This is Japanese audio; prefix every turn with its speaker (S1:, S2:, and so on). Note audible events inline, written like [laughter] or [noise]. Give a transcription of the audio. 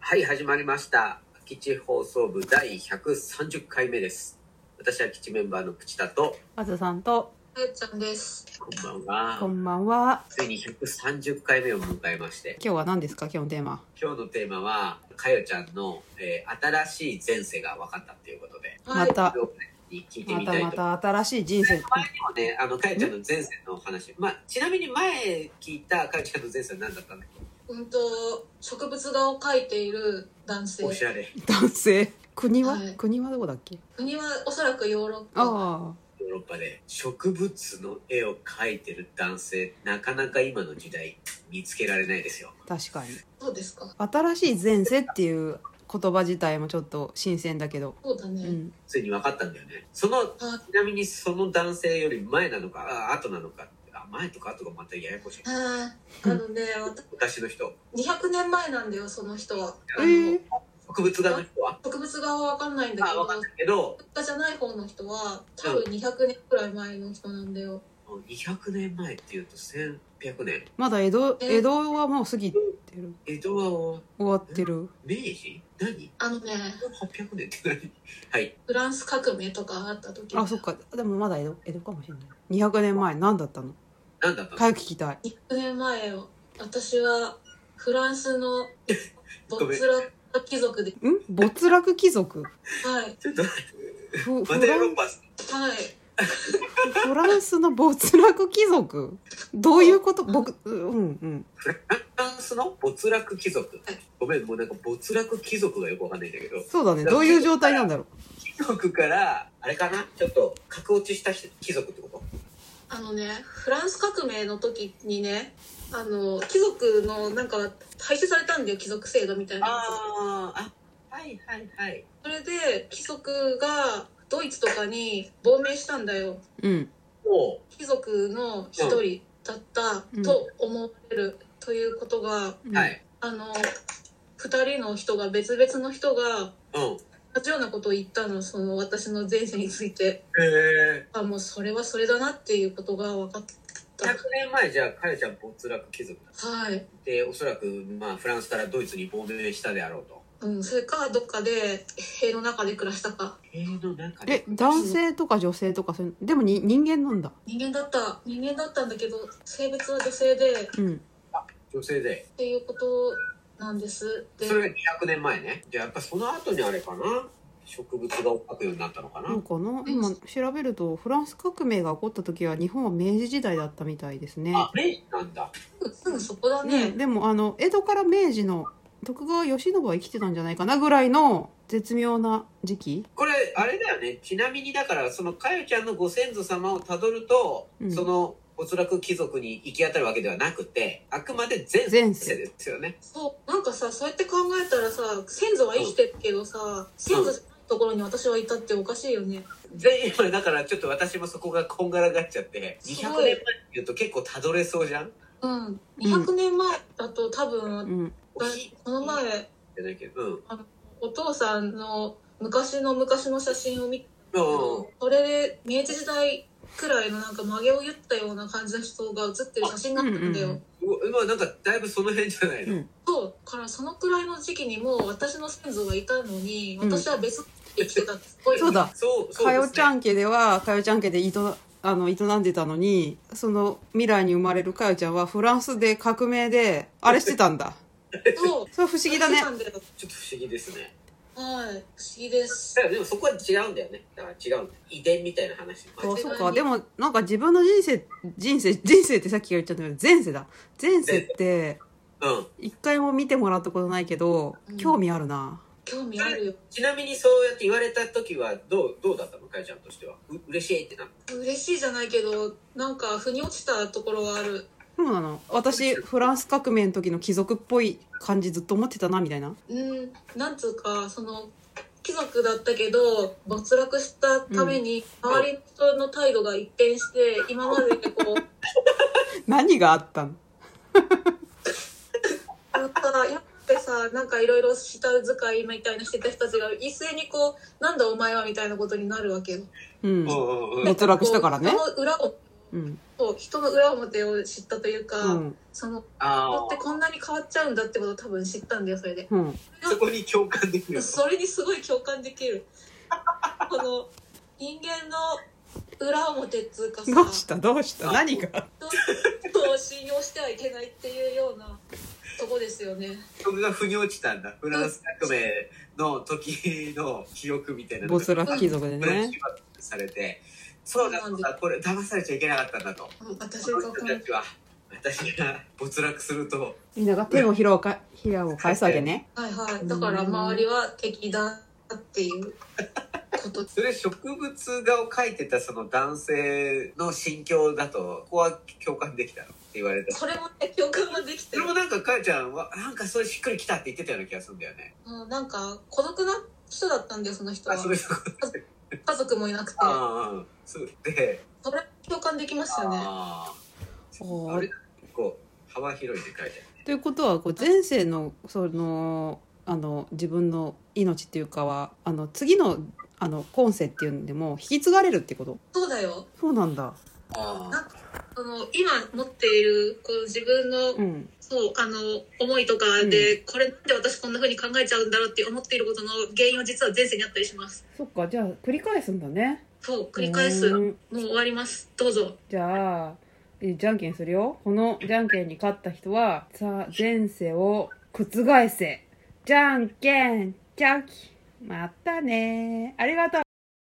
S1: はい、始まりました。空き地放送部第130回目です。私は空き地メンバーのプチタと、
S2: あずさんと、
S3: あやちゃんです。
S1: こんばん
S2: こ
S1: は。
S2: んばんは。
S1: ついに130回目を迎えまして、
S2: 今日は何ですか今日のテーマ。
S1: 今日のテーマは、かよちゃんの、えー新しい前世が分かったということで、
S2: また
S1: そ、れをね聞いて
S2: ま
S1: みたい
S2: た
S1: と思いま。
S2: ますた新しい人生。
S1: 前にもね、あの、かよちゃんの前世のお話、まあ、ちなみに前聞いたかよちゃんの前世は何だったんだっ
S3: うんと植物画を描いている男
S1: けお
S3: 性。
S1: しゃれ。
S2: 男性。国は、
S3: はい
S2: 国はどこだっけ
S3: 国はおそらくヨーロッパ。
S2: ああ。
S1: ヨーロッパで植物の絵を描いてる男性なかなか今の時代見つけられないですよ
S2: 確かに。
S3: そうですか。
S2: 新しい前世っていう言葉自体もちょっと新鮮だけど。
S3: そうだ
S2: う
S3: ね。
S2: ん。
S1: ついに分かったんだよねそのち
S3: あ
S1: なみにその男性より前なのかあ後なのかあ前とか後がまたややこしい
S3: あーあのね、
S1: 昔の人
S3: 200年前なんだよその人は。
S2: え
S3: あの
S2: ー、
S1: 植物画の人は
S3: 植物画はわかんないんだけ
S1: あ
S3: ど
S1: 分、かんないけど
S3: 植物画じゃない方の人は多分200年くらい前の人なんだよ。
S1: もう200年前っていうと1100年
S2: まだ江戸、
S3: えー
S2: 江戸はもう過ぎてる。
S1: 江戸は終わ
S2: 終わってる。
S1: 明治何
S3: あのね、
S1: 800年って何はい
S3: フランス革命とかあった時。
S2: あ、そっか。でもまだ江戸、江戸かもしれない。200年前何だったの
S1: 何だったの
S2: 早く聞きたい。
S3: 200年前よ。私はフラン
S1: [laughs]
S3: スの没落貴族で。
S2: ん没落貴族
S3: はい
S1: ちょっと待
S2: フ
S1: ってま
S2: フ
S1: たヨー
S2: ラン
S1: ロッパ
S3: はい。
S2: フランスの没落貴族どういうこと僕うんうん
S1: フランスの没落貴族
S3: はい。
S1: ごめん、もうなんか没落貴族がよくわかんないんだけど、
S2: そうだねどういう状態なんだろう
S1: 貴族から、あれかなちょっと、格落ちした人貴族ってこと
S3: あのね、フランス革命の時にね、あの、貴族の、なんか、廃止されたんだよ、貴族制度みたいなや
S1: ああ、あ、はいはいはい。
S3: つ。それで、貴族がドイツとかに亡命したんだよ。
S2: うん
S1: も
S3: 貴族の一人だった
S2: うん
S3: と思われる、ということが、
S2: う
S1: う、
S2: ん
S1: はい。
S3: あの、二人の人が、別々の人が、
S1: うん。へ
S3: 同じようなことを言ったの、その私の前世について。
S1: え。
S3: あ、もうそれはそれだなっていうことが分かった。
S1: 100年前じゃあ、かよちゃん没落貴族だ。
S3: はい。
S1: で、おそらく、まあ、フランスからドイツに亡命したであろうと。
S3: うん、それか、どっかで、塀の中で暮らしたか。
S1: 塀の中
S2: え
S1: で。
S2: 男性とか女性とかそういうでもに人間なんだ
S3: 人間だった人間だったんだけど性別は女性でっ
S2: うん
S1: 女性で。
S3: ていうことなんですで
S1: それが200年前ね。じゃあ、やっぱその後にあれかな植物画を描くようになったのかな、
S2: なんかな今調べるとフランス革命が起こった時は日本は明治時代だったみたいですね
S1: あ、明治なんだ。
S3: すぐそこだね
S2: ねでもあの江戸から明治の徳川慶喜は生きてたんじゃないかなぐらいの絶妙な時期
S1: これあれだよねちなみにだからそのかよちゃんのご先祖様をたどると、
S2: うん
S1: その没落貴族に行き当たるわけではなくてあくまで前
S2: 前
S1: 世
S2: 世
S1: ですよね
S3: そうなんかさそうやって考えたらさ先祖は生きてるけどさ先祖じゃないところに私はいたっておかしいよね
S1: 前今だからちょっと私もそこがこんがらがっちゃって200
S3: す
S1: 年
S3: ごい
S1: 前って言うと結構たどれそうじゃん
S3: うん200年前だと多分、
S2: うん
S1: おひ
S3: この前
S1: じゃないけどうん
S3: お父さんの昔の昔の写真を見て
S1: うんうん
S3: それで明治時代くらいのなんか曲げを言ったような感じの人が写ってる写真だったんだよ、
S2: うんうんうん
S1: うわまあなんかだいぶその辺じゃないの、
S2: うん
S3: そうからそのくらいの時期にもう私の先祖がいたのに
S2: うん
S3: 私は別に生きてたってすごい、
S2: そうだ
S1: そうそう
S2: かよちゃ
S1: ん
S2: ん家ではかよちゃん家で営あの営んでたのにその未来に生まれるかよちゃんはフランスで革命であれしてたんだ
S3: そう
S2: それ不思議だね
S3: 生きてたんだよ
S1: ちょっと不思議ですね
S3: はい不思議です
S1: だからでもそこは違うんだよねだから違うんだ遺伝みたいな話
S2: そう
S3: 間違い
S2: そ
S3: な
S2: っ
S3: い
S2: かでもなんか自分の人生人生人生ってさっきが言っちゃったけど前世だ前世って
S1: うん
S2: 一回も見てもらったことないけど
S3: うん
S2: 興味あるな、
S3: 興味あるよ
S1: ちなみにそうやって言われた時はどうどうだったのかいちゃんとしてはう嬉しいってな
S3: 嬉しいじゃないけどなんか腑に落ちたところはある
S2: そうなの私フランス革命の時の貴族っぽい感じずっと思ってたなみたいな
S3: うんなんつうかその貴族だったけど没落したために周りの人の態度が一変して、今までこう
S2: 何があったの
S3: だからやってさなんかいろいろ下遣いみたいなしてた人たちが一斉にこう「なんだお前は」みたいなことになるわけよ。
S2: うん
S1: うんうんうん
S2: 没落したからね
S3: こうその裏を
S2: うん
S3: こう人の裏表を知ったというか、
S2: うん
S3: その人
S1: あ
S3: ってこんなに変わっちゃうんだってことを多分知ったんだよそれで
S2: うん
S1: あそこに共感できる
S3: それにすごい共感できるこの人間の裏表っつうかさ
S2: どうしたどうした
S1: あ
S2: 何が
S3: ちょっと信用してはいけないっていうようなとこですよね。
S1: 僕が腑に落ちたんだフランス革命の時の記憶みたいなのが
S2: 没落貴族で
S1: ブラッシ
S2: ね
S1: ュバックされてそうだそうだこれ騙されちゃいけなかったんだと
S3: 私
S1: こ
S3: が
S1: の
S3: こ
S1: 人
S3: の
S1: たちは私が没落すると
S2: みんなが手をひらをかひらを返すわけね
S3: はいはい。だから周りは敵だっていうこと。
S1: それ植物画を描いてたその男性の心境だとここは共感できたのって言われた
S3: それもね共感ができ
S1: そ
S3: て
S1: れ
S3: る
S1: も。なんかかやちゃんはなんかそれしっくりきたって言ってたような気がするんだよね
S3: うんなんか孤独な人だったんだよその人は
S1: あ。それそこ
S3: 家族もいなくて。
S1: ああそうで
S3: それ共感できましたよね。
S1: あ
S2: お
S1: あ
S2: ー
S1: あれこう幅広いで描いて
S2: ということはこう前世のそのあの自分の命っていうかはあの次のあの今世っていうんでも引き継がれるってこと
S3: そうだよ。
S2: そうなんだ
S1: あるあ
S3: なんかその今持っているこう自分の
S2: うん
S3: そうあの思いとかで、これって私こんな風に考えちゃうんだろうって思っていることの原因は実は前世にあったりします。
S2: そっかじゃあ繰り返すんだね
S3: そう繰り返す。
S2: う
S3: も
S2: ん
S3: う終わります。どうぞ。
S2: じゃあえじゃんけんするよこのじゃんけんに勝った人はさあ前世を覆せじゃんけんチャキまたねありがとう